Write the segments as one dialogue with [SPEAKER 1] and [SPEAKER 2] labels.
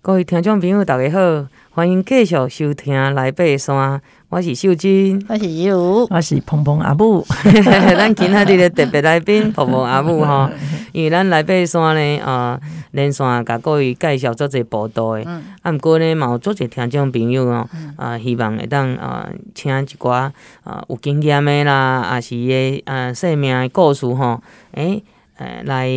[SPEAKER 1] 各位听众朋友，大家好，欢迎继续收听《来爬山》，我是秀珍。
[SPEAKER 2] 我是有，
[SPEAKER 3] 我是鹏鹏阿母，
[SPEAKER 1] 咱今仔日的特别来宾，婆婆阿母 吼，因为咱来爬山呢，啊、连线甲各位介绍做者步道的，
[SPEAKER 2] 嗯
[SPEAKER 1] 啊，毋过呢，嘛有做者听众朋友吼，啊、希望会当啊，请一寡啊、有经验的啦，啊是诶啊，生命的故事吼，诶、呃来，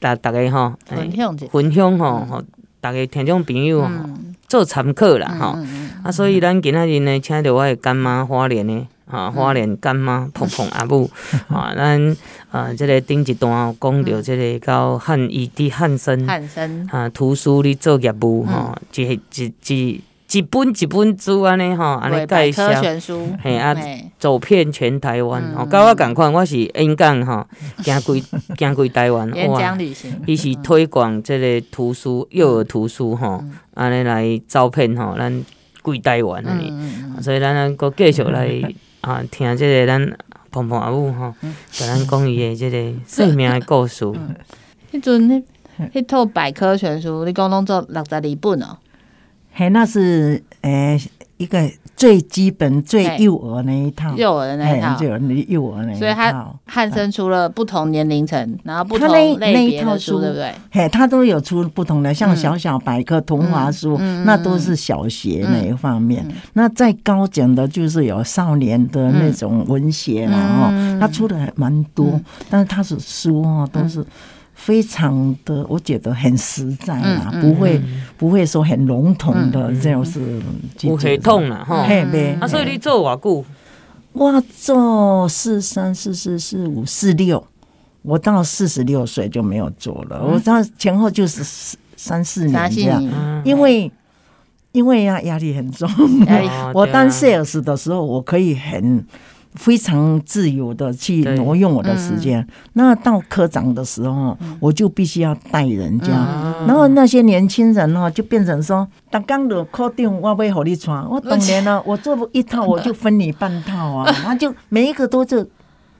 [SPEAKER 1] 逐逐个吼，呃
[SPEAKER 2] 分享者，
[SPEAKER 1] 分享吼，吼，逐个听众朋友吼。
[SPEAKER 2] 嗯
[SPEAKER 1] 做参考啦吼、
[SPEAKER 2] 嗯嗯
[SPEAKER 1] 啊，所以咱今仔日呢，请到我的干妈花莲的啊，花莲干妈碰碰阿 母啊，咱啊，即、个顶一段有讲到即个到汉伊伫汉森
[SPEAKER 2] 嗯汉嗯生，
[SPEAKER 1] 啊，图书咧做业务吼、一一一一本一本书安尼吼，安尼
[SPEAKER 2] 伪
[SPEAKER 1] 介
[SPEAKER 2] 百
[SPEAKER 1] 绍
[SPEAKER 2] 科。全书，
[SPEAKER 1] 嘿啊
[SPEAKER 2] 嘿
[SPEAKER 1] 走遍全台湾，
[SPEAKER 2] 嗯
[SPEAKER 1] 哦，甲我共款，我是演讲 吼，行规行规台湾，
[SPEAKER 2] 演讲旅行，
[SPEAKER 1] 伊是推广即个图书幼儿图书吼
[SPEAKER 2] 嗯，
[SPEAKER 1] 安尼、来招聘吼，咱贵台湾安尼、
[SPEAKER 2] 嗯嗯
[SPEAKER 1] 啊所以咱咱阁继续 来啊听即个咱鹏鹏阿母吼，甲咱讲伊的即
[SPEAKER 3] 嗯
[SPEAKER 1] 个生命的故事。
[SPEAKER 2] 嗯，迄阵迄迄套百科全书，你讲拢做六十二本哦，
[SPEAKER 3] 嘿，那是诶、一个最基本、最幼儿那一套，
[SPEAKER 2] 幼儿的那一套
[SPEAKER 3] 嘿，幼儿那幼儿那一套，
[SPEAKER 2] 所以他汉生出了不同年龄层，然后不
[SPEAKER 3] 他
[SPEAKER 2] 同
[SPEAKER 3] 那一那
[SPEAKER 2] 类
[SPEAKER 3] 一
[SPEAKER 2] 别
[SPEAKER 3] 套
[SPEAKER 2] 的
[SPEAKER 3] 书
[SPEAKER 2] 书，对不对？
[SPEAKER 3] 嘿，他都有出不同的，像小小百科、童话书，
[SPEAKER 2] 嗯嗯
[SPEAKER 3] 那都是小学那一方面。那再高讲的，就是有少年的那种文学啦，
[SPEAKER 2] 嗯
[SPEAKER 3] 哦、他出的还蛮多，但是他的书哦都是。非常的，我觉得很实在啦，
[SPEAKER 2] 嗯嗯嗯
[SPEAKER 3] 不会不会说很笼统的，这样是
[SPEAKER 1] 有系统啦吼，
[SPEAKER 3] 嘿呗。
[SPEAKER 1] 啊，所以你做偌久？
[SPEAKER 3] 哦我做四三四四四五四六，我到四十六岁就没有做了。我到前后就是四三四
[SPEAKER 2] 啥
[SPEAKER 3] 年这
[SPEAKER 2] 信
[SPEAKER 3] 样，
[SPEAKER 2] 你？
[SPEAKER 1] 嗯，
[SPEAKER 3] 因为因为啊压力很重。
[SPEAKER 2] 压力
[SPEAKER 1] 哦
[SPEAKER 3] 哎我
[SPEAKER 1] 对啊
[SPEAKER 3] 当 sales 的时候，我可以很非常自由的去
[SPEAKER 1] 对嗯
[SPEAKER 3] 挪用我的时间。那到科长的时候，我就必须要带人家。
[SPEAKER 1] 嗯
[SPEAKER 3] 然后那些年轻人哦，就变成说，刚刚的固定我要和你穿，我当年 了，我做一套我就分你半套啊，他就每一个都是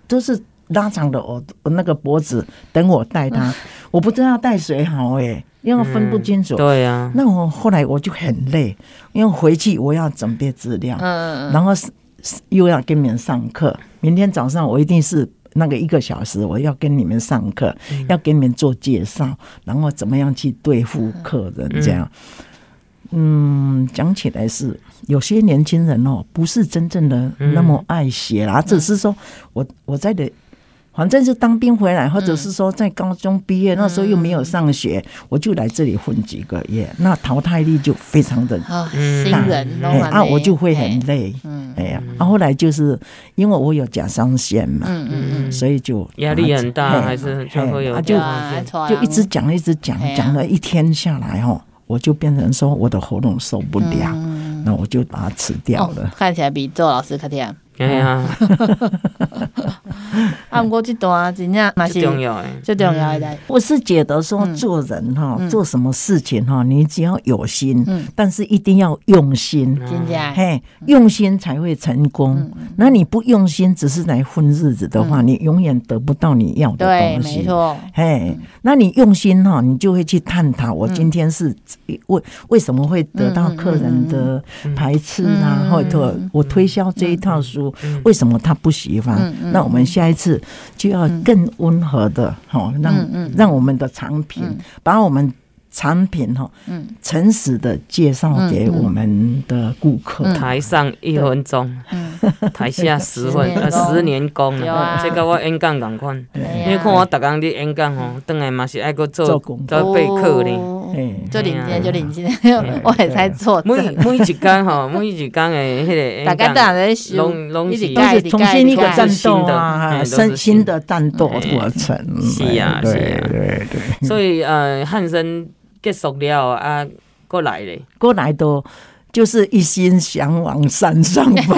[SPEAKER 3] 都是拉长的我那个脖子，等我带他，
[SPEAKER 1] 嗯
[SPEAKER 3] 我不知道带谁好哎、因为分不清楚。
[SPEAKER 1] 对啊，
[SPEAKER 3] 那我后来我就很累，因为回去我要准备资料，
[SPEAKER 2] 嗯嗯
[SPEAKER 3] 然后是是又要跟你们上课。明天早上我一定是那个一个小时，我要跟你们上课，要给你们做介绍，然后怎么样去对付客人这样。嗯，讲起来是有些年轻人哦，不是真正的那么爱写啦，只是说我我在的。反正是当兵回来，或者是说在高中毕业、那时候又没有上学，我就来这里混几个月，那淘汰率就非常的
[SPEAKER 2] 嗯，啊，
[SPEAKER 1] 嗯
[SPEAKER 2] 新人，拢
[SPEAKER 3] 哎
[SPEAKER 2] 还
[SPEAKER 3] 啊，
[SPEAKER 2] 没
[SPEAKER 3] 我就会很
[SPEAKER 2] 嘿
[SPEAKER 3] 累，
[SPEAKER 2] 嗯
[SPEAKER 3] 哎呀，啊，后来就是因为我有甲状腺嘛，
[SPEAKER 2] 嗯嗯嗯，
[SPEAKER 3] 所以就
[SPEAKER 1] 压力很大，
[SPEAKER 3] 嘿
[SPEAKER 1] 还是就
[SPEAKER 3] 啊嘿
[SPEAKER 1] 会有
[SPEAKER 3] 啊
[SPEAKER 1] 这
[SPEAKER 3] 就
[SPEAKER 2] 对
[SPEAKER 1] 种
[SPEAKER 2] 啊
[SPEAKER 1] 问题
[SPEAKER 2] 带人
[SPEAKER 3] 就一直讲一直讲
[SPEAKER 2] 哎，呀
[SPEAKER 3] 讲了一天下来哦，我就变成说我的喉咙受不了，
[SPEAKER 2] 嗯
[SPEAKER 3] 那我就把它吃掉
[SPEAKER 2] 哦
[SPEAKER 3] 了。
[SPEAKER 2] 看起来比周老师较忝。
[SPEAKER 1] 哎
[SPEAKER 3] 啊
[SPEAKER 1] 呀，
[SPEAKER 2] 啊，毋过即段真正嘛是
[SPEAKER 1] 最重要诶。
[SPEAKER 3] 嗯
[SPEAKER 2] 最重要的代，
[SPEAKER 3] 我是觉得说
[SPEAKER 2] 嗯
[SPEAKER 3] 做人哈，做什么事情哈，你只要有心
[SPEAKER 2] 嗯，
[SPEAKER 3] 但是一定要用心。
[SPEAKER 2] 真正
[SPEAKER 3] 嘿，用心才会成
[SPEAKER 2] 嗯
[SPEAKER 3] 功。那你不用心，只是来混日子的话，你永远得不到你要的
[SPEAKER 2] 对，
[SPEAKER 3] 东西。
[SPEAKER 2] 没错，
[SPEAKER 3] 嘿，那你用心哈、你就会去探讨
[SPEAKER 1] 嗯
[SPEAKER 3] 我今天是为、为什么会得到客人
[SPEAKER 1] 嗯
[SPEAKER 3] 的排斥啊，或者我推销这一套书，
[SPEAKER 1] 嗯
[SPEAKER 3] 为什么他不喜欢？啊
[SPEAKER 2] 嗯
[SPEAKER 3] 那我们下一次就要更温和的哈、
[SPEAKER 1] 嗯
[SPEAKER 3] 哦，让、
[SPEAKER 2] 嗯
[SPEAKER 3] 让我们的产品、把我们。产品哈、
[SPEAKER 2] 嗯
[SPEAKER 3] 诚实的介绍给我们的顾客，
[SPEAKER 1] 台上一分钟，
[SPEAKER 2] 嗯
[SPEAKER 1] 台下十分
[SPEAKER 2] 十年
[SPEAKER 1] 呃
[SPEAKER 2] 功
[SPEAKER 1] 十年功
[SPEAKER 2] 对啊
[SPEAKER 1] 这甲我演讲共款。
[SPEAKER 2] 哎
[SPEAKER 3] 啊
[SPEAKER 1] 你
[SPEAKER 2] 呀
[SPEAKER 1] 看我逐工伫演讲吼，转来嘛是爱搁做
[SPEAKER 3] 做功课
[SPEAKER 1] 做备课呢。
[SPEAKER 2] 哦
[SPEAKER 3] 哎
[SPEAKER 2] 就领
[SPEAKER 1] 哎呀
[SPEAKER 2] 先就领先， 我也在
[SPEAKER 3] 啊
[SPEAKER 2] 做
[SPEAKER 1] 每
[SPEAKER 2] 证。
[SPEAKER 1] 每一工吼， 每一工诶迄个
[SPEAKER 2] 大
[SPEAKER 1] 演
[SPEAKER 2] 家
[SPEAKER 1] 讲，
[SPEAKER 2] 当然是
[SPEAKER 1] 拢拢是
[SPEAKER 3] 都是重新一个战斗
[SPEAKER 1] 哎
[SPEAKER 3] 啊，
[SPEAKER 1] 都是新的
[SPEAKER 3] 身心的战斗
[SPEAKER 1] 哎
[SPEAKER 3] 过程。
[SPEAKER 1] 是啊
[SPEAKER 3] 哎对
[SPEAKER 1] 是啊
[SPEAKER 3] 对对。
[SPEAKER 1] 所以呃汉生结束了啊，搁来咧，
[SPEAKER 3] 过来都就是一心想往山上跑。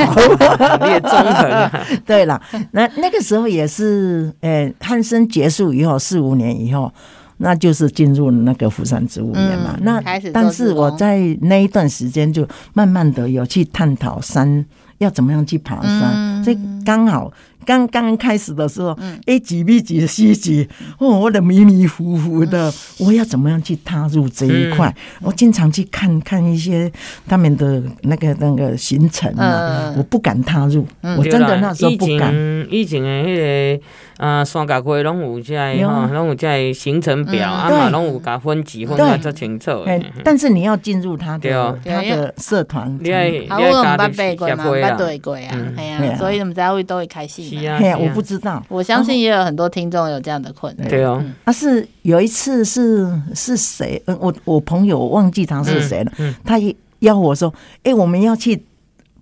[SPEAKER 1] 你也忠诚啊，
[SPEAKER 3] 对了，那那个时候也是，呃，汉森结束以后四五年以后。那就是进入那个釜山植物园嘛。
[SPEAKER 2] 嗯
[SPEAKER 3] 那
[SPEAKER 2] 开始做
[SPEAKER 3] 但是
[SPEAKER 2] 志工
[SPEAKER 3] 我在那一段时间就慢慢的有去探讨山要怎么样去爬山，
[SPEAKER 2] 嗯
[SPEAKER 3] 这刚好刚刚开始的时候，A 哎级、B 级、C 级，哦，我的迷迷糊糊的，
[SPEAKER 2] 嗯
[SPEAKER 3] 我要怎么样去踏入这一块？我经常去看看一些他们的那个那个行程啊，
[SPEAKER 2] 嗯
[SPEAKER 3] 我不敢踏入， 我真的那时候不敢。
[SPEAKER 1] 以前以前的迄、个啊，山脚街拢有遮
[SPEAKER 3] 有
[SPEAKER 1] 个
[SPEAKER 3] 啊
[SPEAKER 1] 吼，拢有遮个行程表，啊
[SPEAKER 3] 对
[SPEAKER 1] 嘛拢有甲分级分啊，足清楚
[SPEAKER 3] 哎
[SPEAKER 1] 的。，
[SPEAKER 3] 但是你要进入他
[SPEAKER 1] 对
[SPEAKER 3] 的
[SPEAKER 1] 哦
[SPEAKER 2] 啊
[SPEAKER 3] 他的社团才能，
[SPEAKER 1] 你爱你
[SPEAKER 2] 啊，我毋
[SPEAKER 1] 爱加入
[SPEAKER 2] 捌
[SPEAKER 1] 协
[SPEAKER 2] 爬过嘛，毋
[SPEAKER 1] 会
[SPEAKER 2] 捌
[SPEAKER 1] 啦，
[SPEAKER 2] 对过啊，哎
[SPEAKER 3] 对啊
[SPEAKER 2] 呀，所以毋知位都会开始
[SPEAKER 1] 嗯是
[SPEAKER 2] 嘛。
[SPEAKER 1] 啊，
[SPEAKER 3] 嘿
[SPEAKER 1] 是
[SPEAKER 3] 呀，
[SPEAKER 1] 啊
[SPEAKER 3] 我不知道。
[SPEAKER 2] 我相信也有很多听众有这样的困扰。
[SPEAKER 1] 对哦，
[SPEAKER 3] 啊，是有一次是是谁？呃我我朋友我忘记他是谁了，
[SPEAKER 1] 嗯嗯
[SPEAKER 3] 他一邀我说：“哎、我们要去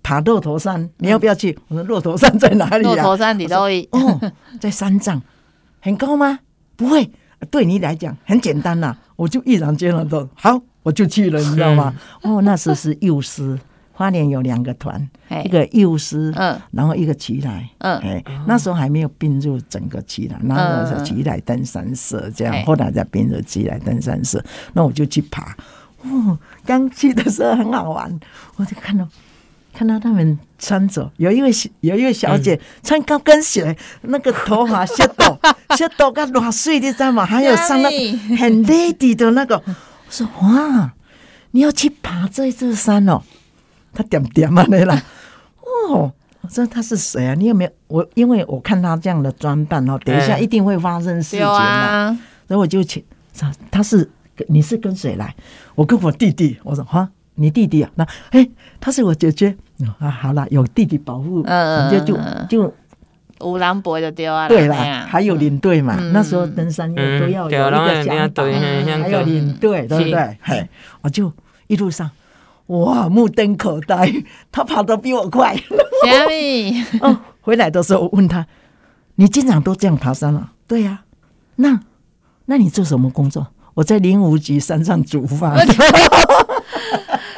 [SPEAKER 3] 爬骆驼山，你要不要去？”我说：“骆驼山在哪里
[SPEAKER 2] 嗯骆
[SPEAKER 3] 啊
[SPEAKER 2] 驼山底都会？”，
[SPEAKER 3] 哦，在山上， 很高吗？不会，对你来讲很简单啦、我就毅然决然的，好，我就去了，你知道吗？
[SPEAKER 2] 嗯
[SPEAKER 3] 哦，那时是幼师，花莲有两个团，
[SPEAKER 2] 嘿
[SPEAKER 3] 一个幼师，
[SPEAKER 2] 嗯
[SPEAKER 3] 然后一个奇来，
[SPEAKER 2] 嗯
[SPEAKER 3] 哎、那时候还没有并入整个奇来，那时
[SPEAKER 2] 嗯
[SPEAKER 3] 候
[SPEAKER 2] 嗯
[SPEAKER 3] 奇来登山社这
[SPEAKER 2] 嘿
[SPEAKER 3] 样，后来才并入奇来登山社，那我就去爬。哦，刚去的时候很好玩，我就看到看到他们穿着，有一位小有一位小姐穿高跟鞋，那个头发下抖下抖，个软碎的，知道吗？还有上那
[SPEAKER 2] Yummy
[SPEAKER 3] 很 lady 的那个，我说哇，你要去爬这座山哦，他点点啊你啦，哦。我说他是谁啊？你有没有我？因为我看他这样的装扮哦，等一下
[SPEAKER 1] 哎
[SPEAKER 3] 一定会发生事情
[SPEAKER 2] 对
[SPEAKER 3] 嘛。
[SPEAKER 2] 啊，
[SPEAKER 3] 然后我就请他，他是你是跟谁来？我跟我弟弟，我说哈，你弟弟啊？那哎、他是我姐姐啊。好了，有弟弟保护，
[SPEAKER 2] 嗯嗯
[SPEAKER 3] 你就就
[SPEAKER 2] 嗯
[SPEAKER 3] 就
[SPEAKER 2] 有人陪就对啊。
[SPEAKER 3] 对
[SPEAKER 2] 哎
[SPEAKER 3] 啦
[SPEAKER 2] 呀。
[SPEAKER 3] 还有领队嘛，
[SPEAKER 2] 嗯
[SPEAKER 3] 那时候登山业都要有
[SPEAKER 1] 对啊，
[SPEAKER 3] 一
[SPEAKER 1] 拢
[SPEAKER 3] 个
[SPEAKER 1] 会领
[SPEAKER 3] 想法，
[SPEAKER 1] 队，嘿
[SPEAKER 3] 还
[SPEAKER 1] 像
[SPEAKER 3] 有
[SPEAKER 1] 讲
[SPEAKER 3] 领队，
[SPEAKER 2] 嗯
[SPEAKER 3] 对不对？嘿，我就一路上。哇，目瞪口呆，他跑得比我快。
[SPEAKER 2] 虾米？
[SPEAKER 3] 哦，回来的时候我问他：“你经常都这样爬山啊？”“对呀、那那你做什么工作？我在零五级山上煮饭。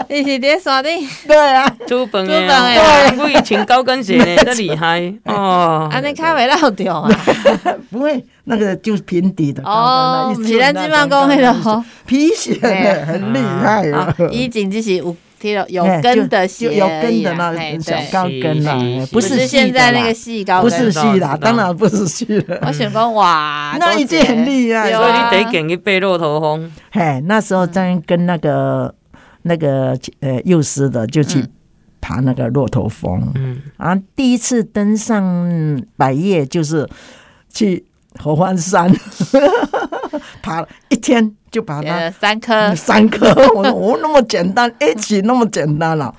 [SPEAKER 2] 你是伫山顶，
[SPEAKER 3] 对啊，
[SPEAKER 1] 煮饭
[SPEAKER 2] 煮饭的
[SPEAKER 1] 的，我以前高跟鞋 呢，真厉害哦。
[SPEAKER 2] 安尼卡袂落着啊？
[SPEAKER 3] 不会，那个就是平底的。
[SPEAKER 2] 哦不是咱这边讲那个哦
[SPEAKER 3] 皮鞋的很厉害啊
[SPEAKER 2] 啊，以前就是有踢了有根的鞋
[SPEAKER 3] 哎就
[SPEAKER 2] 而
[SPEAKER 3] 有
[SPEAKER 2] 已啦，
[SPEAKER 3] 根的那
[SPEAKER 2] 嘿
[SPEAKER 3] 个小
[SPEAKER 2] 对
[SPEAKER 3] 高跟啦
[SPEAKER 1] 是是，
[SPEAKER 3] 不
[SPEAKER 2] 不
[SPEAKER 3] 是
[SPEAKER 2] 是
[SPEAKER 3] 细的啦
[SPEAKER 2] 现在那个细高
[SPEAKER 3] 不
[SPEAKER 2] 跟，
[SPEAKER 3] 是
[SPEAKER 1] 知道
[SPEAKER 3] 细啦，
[SPEAKER 1] 知道
[SPEAKER 3] 当然不是细了。
[SPEAKER 2] 我想讲哇，
[SPEAKER 3] 那
[SPEAKER 2] 周
[SPEAKER 3] 已经
[SPEAKER 2] 杰
[SPEAKER 3] 很厉害
[SPEAKER 2] 对
[SPEAKER 1] 所以
[SPEAKER 2] 啊
[SPEAKER 1] 你第一件去爬骆驼峰，
[SPEAKER 3] 嘿，那时候
[SPEAKER 2] 嗯
[SPEAKER 3] 在跟那个那个呃幼师的就
[SPEAKER 2] 嗯
[SPEAKER 3] 去爬那个骆驼峰，
[SPEAKER 1] 嗯，
[SPEAKER 3] 啊，第一次登上百叶就是去合欢山， 爬了一天就爬
[SPEAKER 2] 呃
[SPEAKER 3] 了
[SPEAKER 2] 三颗，
[SPEAKER 3] 三颗。我说哦，那么简单，一起那么简单了、啊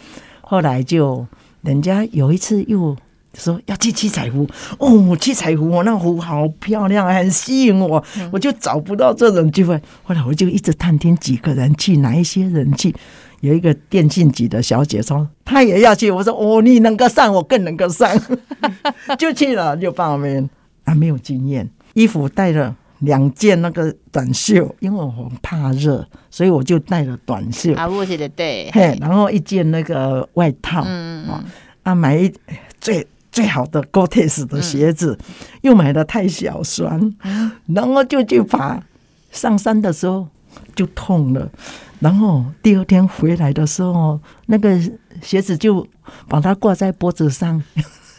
[SPEAKER 3] 后来就人家有一次又说要去七彩湖，哦，七彩湖哦，那湖好漂亮，很吸引我，我就找不到这种机会。后来我就一直探听几个人去，哪一些人去。有一个电信局的小姐说她也要去，我说哦，你能够上，我更能够上， 就去了，就报名啊，没有经验，衣服带了。两件那个短袖，因为我很怕热，所以我就带了短袖。
[SPEAKER 2] 啊，不是的 对，
[SPEAKER 3] 嘿，然后一件那个外套，
[SPEAKER 2] 嗯
[SPEAKER 3] 哦，啊，买一最最好的 Gore-Tex 的鞋子，
[SPEAKER 2] 嗯
[SPEAKER 3] 又买的太小双，然后就去爬。上山的时候就痛了，然后第二天回来的时候，那个鞋子就把它挂在脖子上，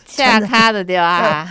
[SPEAKER 2] 下卡的对啊，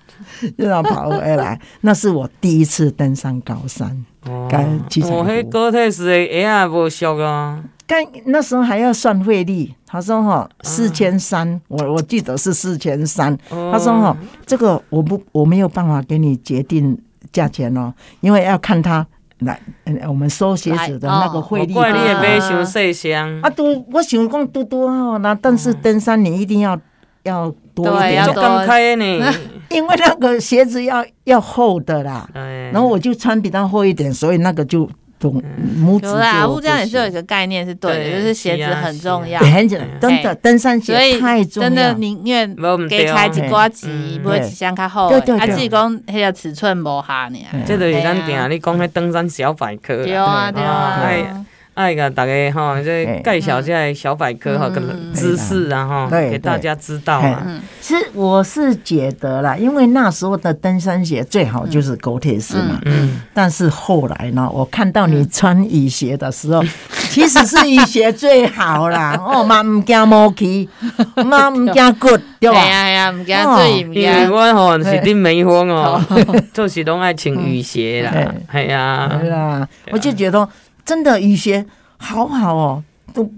[SPEAKER 3] 又要跑回来。那是我第一次登上高山，
[SPEAKER 1] 哦
[SPEAKER 3] 该七彩
[SPEAKER 1] 我迄
[SPEAKER 3] 湖
[SPEAKER 1] 高铁是的鞋也无俗啊，
[SPEAKER 3] 但那时候还要算汇率，他说哈四千三，我我记得是四千三。
[SPEAKER 1] 哦
[SPEAKER 3] 他说哈，这个我不我没有办法给你决定价钱哦，因为要看他来，嗯我们收鞋子的那个汇率。
[SPEAKER 1] 哦怪你的
[SPEAKER 2] 也
[SPEAKER 1] 买伤细双
[SPEAKER 3] 啊，，都我想讲多多哦，那但是登山你一定要要多一
[SPEAKER 2] 对
[SPEAKER 3] 点
[SPEAKER 2] 要
[SPEAKER 1] 哎足，感慨的呢。
[SPEAKER 3] 因为那个鞋子要要厚的啦。
[SPEAKER 2] 嗯
[SPEAKER 1] 哎
[SPEAKER 3] 然后我就穿比他厚一点，所以那个就懂拇指
[SPEAKER 2] 嗯有啦，
[SPEAKER 3] 就
[SPEAKER 2] 物
[SPEAKER 3] 不
[SPEAKER 2] 这样也是有一
[SPEAKER 3] 行
[SPEAKER 2] 个概念是对
[SPEAKER 1] 对
[SPEAKER 2] 的，就是鞋子
[SPEAKER 1] 是啊
[SPEAKER 2] 很重要
[SPEAKER 3] 对，哎很简单，真的登山
[SPEAKER 2] 哎所
[SPEAKER 3] 鞋
[SPEAKER 2] 以
[SPEAKER 3] 太重要。
[SPEAKER 2] 真的宁愿
[SPEAKER 1] 无毋
[SPEAKER 2] 给
[SPEAKER 1] 对
[SPEAKER 2] 开
[SPEAKER 1] 啊
[SPEAKER 2] 一寡钱
[SPEAKER 1] 嗯，
[SPEAKER 2] 买一双较好
[SPEAKER 3] 对对
[SPEAKER 2] 的，啊，
[SPEAKER 3] 对
[SPEAKER 2] 只是讲迄个尺寸无合尔。
[SPEAKER 1] 这就是咱
[SPEAKER 2] 嘿啊
[SPEAKER 1] 定你讲迄登山小百科
[SPEAKER 2] 对
[SPEAKER 1] 啦，
[SPEAKER 2] 啊，对啊
[SPEAKER 1] 哎，爱甲大家吼，这
[SPEAKER 3] 嘿
[SPEAKER 1] 介绍这些小百科吼，
[SPEAKER 2] 嗯
[SPEAKER 1] 个
[SPEAKER 2] 嗯
[SPEAKER 1] 知识啊吼，
[SPEAKER 3] 对
[SPEAKER 1] 给大家知道
[SPEAKER 3] 嘿
[SPEAKER 1] 啊。
[SPEAKER 3] 哎是，我是觉得啦，因为那时候的登山鞋最好就是
[SPEAKER 2] 嗯
[SPEAKER 3] 狗铁丝嘛。
[SPEAKER 1] 嗯，
[SPEAKER 2] 嗯
[SPEAKER 3] 但是后来呢，我看到你穿雨鞋的时候，其实是医学最好 啦。哦，嘛唔惊毛气，嘛唔惊骨，对
[SPEAKER 2] 系
[SPEAKER 3] 吧？
[SPEAKER 2] 啊系啊，唔惊水，唔
[SPEAKER 1] 因为
[SPEAKER 2] 惊。
[SPEAKER 1] 我吼是恁梅芳哦， 就是拢爱穿雨鞋啦，系啊
[SPEAKER 3] 对，啦，我就觉得真的医学好好哦，都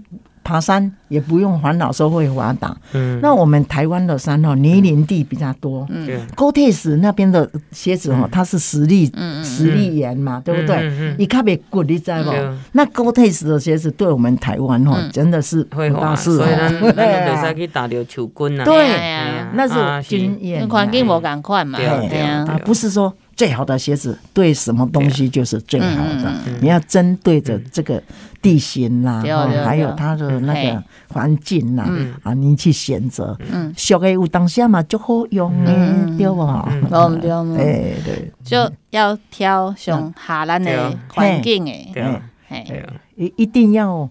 [SPEAKER 3] 爬山也不用烦恼说会滑倒。
[SPEAKER 1] 嗯，
[SPEAKER 3] 那我们台湾的山哦，泥泞地比较多。
[SPEAKER 1] 对
[SPEAKER 3] 高铁石那边的鞋子哦，它是实力
[SPEAKER 2] 嗯嗯
[SPEAKER 3] 实力岩嘛，对不对？
[SPEAKER 1] 嗯嗯嗯
[SPEAKER 3] 你看别滚，你知道不
[SPEAKER 1] 对？啊
[SPEAKER 3] 那高铁石的鞋子对我们台湾哦，
[SPEAKER 2] 嗯
[SPEAKER 3] 真的是
[SPEAKER 1] 会
[SPEAKER 3] 不大
[SPEAKER 1] 滑，
[SPEAKER 3] 适合
[SPEAKER 1] 所以咱 咱就使
[SPEAKER 3] 对
[SPEAKER 1] 去打着球棍啊呐，
[SPEAKER 3] 对
[SPEAKER 2] 哎呀
[SPEAKER 3] 那是经验啊
[SPEAKER 2] 因为。环境无共款嘛，
[SPEAKER 1] 对
[SPEAKER 3] 啊
[SPEAKER 2] 对
[SPEAKER 1] 对
[SPEAKER 2] 啊
[SPEAKER 1] 啊。
[SPEAKER 3] 啊，不是说最好的鞋子对什么东西就是最好的
[SPEAKER 2] 嗯，
[SPEAKER 3] 你要针对着这个地形啦，
[SPEAKER 2] 对啊
[SPEAKER 3] 哦
[SPEAKER 2] 对
[SPEAKER 3] 还有
[SPEAKER 2] 对
[SPEAKER 3] 它的那
[SPEAKER 2] 嘿
[SPEAKER 3] 个环境啦，啊，您去选择。
[SPEAKER 2] 嗯，
[SPEAKER 3] 俗的有当下嘛，就好用
[SPEAKER 2] 嗯
[SPEAKER 3] 的，对不？哎
[SPEAKER 2] 无毋对啊嘛，
[SPEAKER 3] 对对，
[SPEAKER 2] 就要挑上下咱
[SPEAKER 1] 对
[SPEAKER 2] 的
[SPEAKER 1] 啊
[SPEAKER 2] 环境的。
[SPEAKER 1] 对啊对
[SPEAKER 2] 嘿，
[SPEAKER 1] 啊，
[SPEAKER 3] 哎一一定要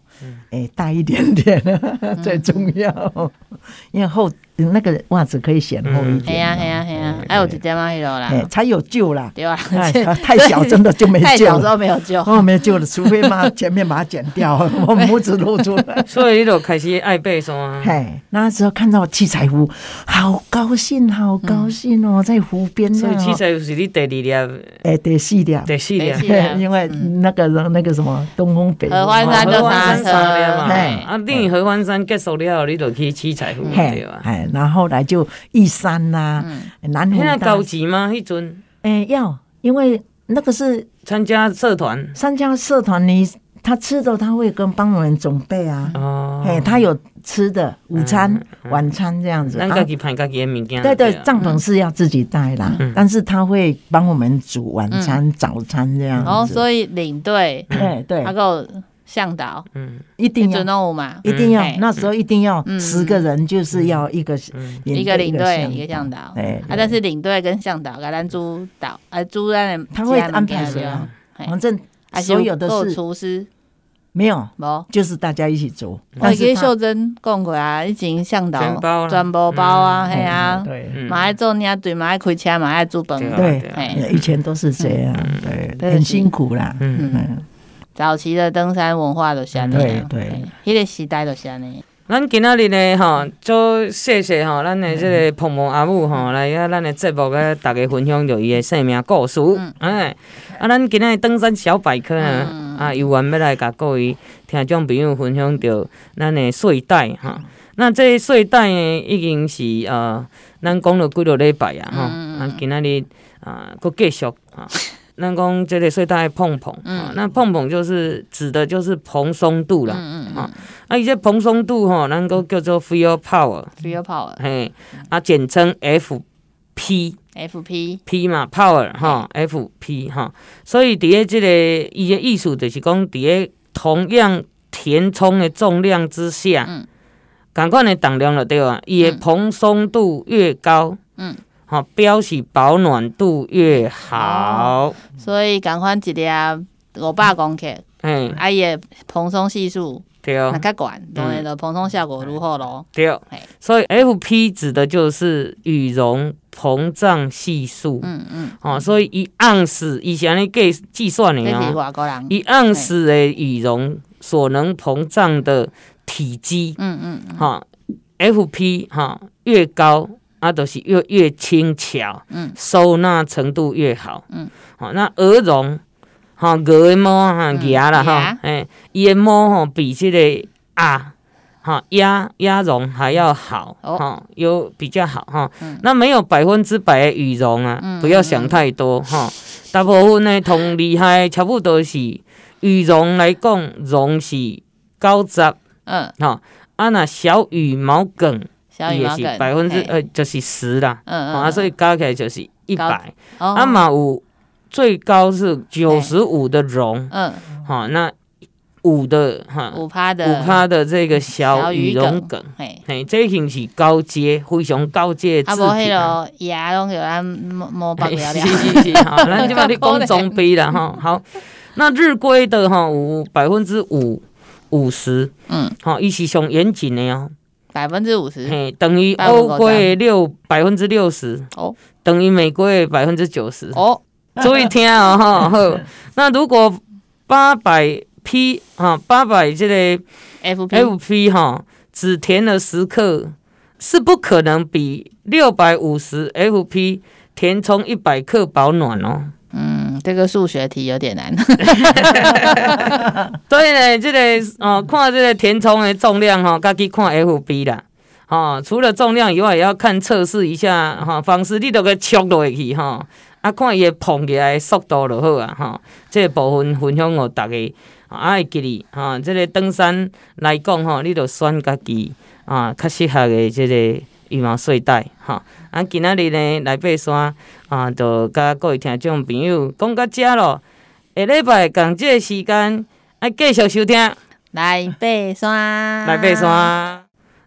[SPEAKER 3] 诶大一 点点嗯最重
[SPEAKER 2] 嗯
[SPEAKER 3] 要，因为厚那个袜子可以显厚一
[SPEAKER 2] 系啊系
[SPEAKER 3] 点嘛，
[SPEAKER 2] 啊系啊，还有一点仔迄落啦
[SPEAKER 3] 哎，，才有救啦。
[SPEAKER 2] 对啊，
[SPEAKER 3] 哎，太小真的就没
[SPEAKER 2] 太
[SPEAKER 3] 救
[SPEAKER 2] 小
[SPEAKER 3] 了，
[SPEAKER 2] 都没有救。
[SPEAKER 3] 哦，没救了，除非把前面把它剪 掉，我拇指露出来。
[SPEAKER 1] 所以你就开始爱爬山啊，
[SPEAKER 3] 嘿，那时候看到七彩湖，好高兴，好高兴哦，在湖边
[SPEAKER 1] 所
[SPEAKER 3] 那
[SPEAKER 1] 以七
[SPEAKER 3] 哦，
[SPEAKER 1] 彩是你第二粒、
[SPEAKER 3] 哎，得细点，
[SPEAKER 1] 第四粒
[SPEAKER 2] 第。四粒
[SPEAKER 3] 嘿 因为那个那个什么东风啊北
[SPEAKER 2] 合欢山
[SPEAKER 1] 合
[SPEAKER 2] 就
[SPEAKER 1] 欢
[SPEAKER 2] 刹
[SPEAKER 1] 啊山三粒
[SPEAKER 2] 车，
[SPEAKER 1] 嘛，
[SPEAKER 3] 嘿
[SPEAKER 1] 啊，你合欢山结束了后，你就去七彩湖对啊吧，？
[SPEAKER 3] 嘿哎，然后后来就玉山呐、南湖
[SPEAKER 1] 迄个
[SPEAKER 3] 嗯大
[SPEAKER 1] 交，钱吗？迄阵
[SPEAKER 3] 哎、要，因为那个是
[SPEAKER 1] 参加社团
[SPEAKER 3] 三家社团，你他吃的他会跟帮我们准备啊，
[SPEAKER 1] 哦，
[SPEAKER 3] 哎、他有吃的午餐、晚餐这样子
[SPEAKER 1] 咱
[SPEAKER 3] 啊
[SPEAKER 1] 家。己拍家己的物件。
[SPEAKER 3] 对对
[SPEAKER 1] 啊，
[SPEAKER 3] 帐篷是要自己带啦，
[SPEAKER 2] 嗯
[SPEAKER 3] 但是他会帮我们煮晚餐、早餐这样
[SPEAKER 2] 然后
[SPEAKER 3] 子。
[SPEAKER 2] 嗯哦所以嗯领队
[SPEAKER 3] 哎，对
[SPEAKER 2] 还，有向导，
[SPEAKER 1] 嗯，
[SPEAKER 3] 一
[SPEAKER 2] 一
[SPEAKER 3] 定要
[SPEAKER 2] 准弄有嘛，
[SPEAKER 3] 一定要
[SPEAKER 2] 嗯，
[SPEAKER 3] 那时候一定要
[SPEAKER 2] 嗯
[SPEAKER 3] 十个人，就是要一个
[SPEAKER 1] 嗯
[SPEAKER 2] 一个领队一个向
[SPEAKER 3] 向
[SPEAKER 2] 导，
[SPEAKER 3] 哎，
[SPEAKER 2] 啊，但是领队跟向导给咱主导，啊，主咱的
[SPEAKER 3] 他会
[SPEAKER 2] 吃的物
[SPEAKER 3] 安排
[SPEAKER 2] 件
[SPEAKER 3] 谁啊
[SPEAKER 2] 对
[SPEAKER 3] 反正
[SPEAKER 2] 还是
[SPEAKER 3] 所有的
[SPEAKER 2] 够
[SPEAKER 3] 事
[SPEAKER 2] 厨师
[SPEAKER 3] 没有，
[SPEAKER 2] 无。
[SPEAKER 3] 就是大家一起煮，
[SPEAKER 2] 我
[SPEAKER 3] 但
[SPEAKER 2] 记
[SPEAKER 3] 是
[SPEAKER 2] 秀珍讲过啊，以前向导
[SPEAKER 1] 全包啦
[SPEAKER 2] 全部包啊，
[SPEAKER 3] 他
[SPEAKER 2] 嘿啊，
[SPEAKER 3] 对
[SPEAKER 1] 嗯
[SPEAKER 2] 嘛爱做领队，嘛爱开车，嘛爱煮饭，
[SPEAKER 1] 对啊
[SPEAKER 3] 对
[SPEAKER 2] 嘿，
[SPEAKER 3] 以前都是这样，对，
[SPEAKER 2] 嗯对
[SPEAKER 3] 很辛苦啦，
[SPEAKER 1] 嗯，
[SPEAKER 3] 嗯，
[SPEAKER 2] 早期的登山文化就是安尼啊，
[SPEAKER 3] 对对
[SPEAKER 2] 嘿，迄个时代就是安尼，
[SPEAKER 1] 咱今仔日呢，吼，做谢谢吼，咱的这个彭彭阿母吼，来啊，咱的节目啊，大家分享着伊的生命故事，哎，啊，咱今仔日登山小百科呢，啊，有缘要来甲各位听众朋友分享着咱的睡袋哈。那这个睡袋呢，已经是呃，咱讲了几落礼拜啊，吼，啊，今仔日啊，佫继续啊。咱讲这个睡袋的碰碰，啊，那碰碰就是指的就是蓬松度啦，
[SPEAKER 2] 嗯
[SPEAKER 1] 啊啊，伊这蓬松度吼，咱个叫做 fuel power，
[SPEAKER 2] ，Free Power
[SPEAKER 1] 嘿，啊，简称 FP。
[SPEAKER 2] FP，
[SPEAKER 1] P 嘛，power 哈，FP 哈，所以伫咧即个伊的意思就是讲，伫咧同样填充的重量之下，
[SPEAKER 2] 嗯
[SPEAKER 1] 同款的重量就对啊，伊的蓬松度越高，
[SPEAKER 2] 嗯，
[SPEAKER 1] 好，表示保暖度越好，
[SPEAKER 2] 所以共款一粒五百公克，
[SPEAKER 1] 嘿，
[SPEAKER 2] 啊，伊的蓬松系数
[SPEAKER 1] 对
[SPEAKER 2] 若较悬，当然就蓬松效果如何咯，
[SPEAKER 1] 对
[SPEAKER 2] 嘿，
[SPEAKER 1] 所以 FP 指的就是羽绒膨胀系数，
[SPEAKER 2] 嗯嗯，
[SPEAKER 1] 哦，所以一盎司以前咧计计算的
[SPEAKER 2] 这是
[SPEAKER 1] 哦，
[SPEAKER 2] 外国人，
[SPEAKER 1] 一盎司的羽绒所能膨胀的体积，
[SPEAKER 2] 嗯嗯嗯
[SPEAKER 1] 哈、FP 哈、越高，啊，就是越越轻巧，
[SPEAKER 2] 嗯，
[SPEAKER 1] 收纳程度越好，
[SPEAKER 2] 嗯，
[SPEAKER 1] 好、那鹅绒，哈、鹅的毛哈牙啦哈
[SPEAKER 2] 嗯牙，
[SPEAKER 1] 哎、伊的毛吼比这个鸭，哈鸭鸭绒还要好，
[SPEAKER 2] 哦
[SPEAKER 1] 哈、有比较好哈、
[SPEAKER 2] 嗯
[SPEAKER 1] 那没有百分之百的羽绒啊，
[SPEAKER 2] 嗯
[SPEAKER 1] 不要想太多哈、大部分呢同厉害差不多是羽绒来讲，绒是九十。
[SPEAKER 2] 嗯，
[SPEAKER 1] 吼、啊，若小羽毛梗
[SPEAKER 2] 小羽
[SPEAKER 1] 也
[SPEAKER 2] 毛
[SPEAKER 1] 是
[SPEAKER 2] 梗，
[SPEAKER 1] 百分之
[SPEAKER 2] 嘿
[SPEAKER 1] 呃，就是十啦，
[SPEAKER 2] 嗯嗯
[SPEAKER 1] 啊，
[SPEAKER 2] 嗯
[SPEAKER 1] 所以加起来就是一百。
[SPEAKER 2] 哦
[SPEAKER 1] 啊，嘛有最高是九十五的绒，
[SPEAKER 2] 嗯，
[SPEAKER 1] 哈、那五的哈
[SPEAKER 2] 五趴的嗯
[SPEAKER 1] 五趴的这个小
[SPEAKER 2] 小
[SPEAKER 1] 羽
[SPEAKER 2] 羽
[SPEAKER 1] 绒
[SPEAKER 2] 梗
[SPEAKER 1] 梗，
[SPEAKER 2] 嘿，
[SPEAKER 1] 嘿，这已经是高阶，非常高阶的
[SPEAKER 2] 啊
[SPEAKER 1] 制
[SPEAKER 2] 无迄
[SPEAKER 1] 品啊。
[SPEAKER 2] 落牙拢叫咱摸摸白了
[SPEAKER 1] 是
[SPEAKER 2] 了，
[SPEAKER 1] 是是，好，咱就把你讲 中杯了哈。好，那日规的哈有百分之五五十，
[SPEAKER 2] 嗯，
[SPEAKER 1] 好，伊是上严谨的哦。
[SPEAKER 2] 百分之五十，
[SPEAKER 1] 嘿，等于欧国的六百分之六十，
[SPEAKER 2] 哦
[SPEAKER 1] 等于美国的百分之九十。
[SPEAKER 2] 哦，
[SPEAKER 1] 注意听哦，哈。好，那如果八百 P 哈、八百这个
[SPEAKER 2] F
[SPEAKER 1] 哎
[SPEAKER 2] P
[SPEAKER 1] FP 哈、只填了十克，是不可能比六百五十 FP 填充一百克保暖哦。
[SPEAKER 2] 嗯，这个数学题有点难。
[SPEAKER 1] 所以呢，这个哦，看这个填充的重量哈，家己看 FB 啦。哦，除了重量以外，也要看测试一下哈、方式，你都给戳落去哈、啊，看伊膨起来的速度就好啊哈、这个部分分享给大家，啊，会记哩哈、这个登山来讲吼、你就选家己啊，较适合的这个羽毛睡袋哈、啊，今仔日呢来爬山啊，就甲各位听众朋友讲到遮咯。下礼拜同啊这个时间，爱继续收听《
[SPEAKER 2] 来爬山，
[SPEAKER 1] 来爬山》。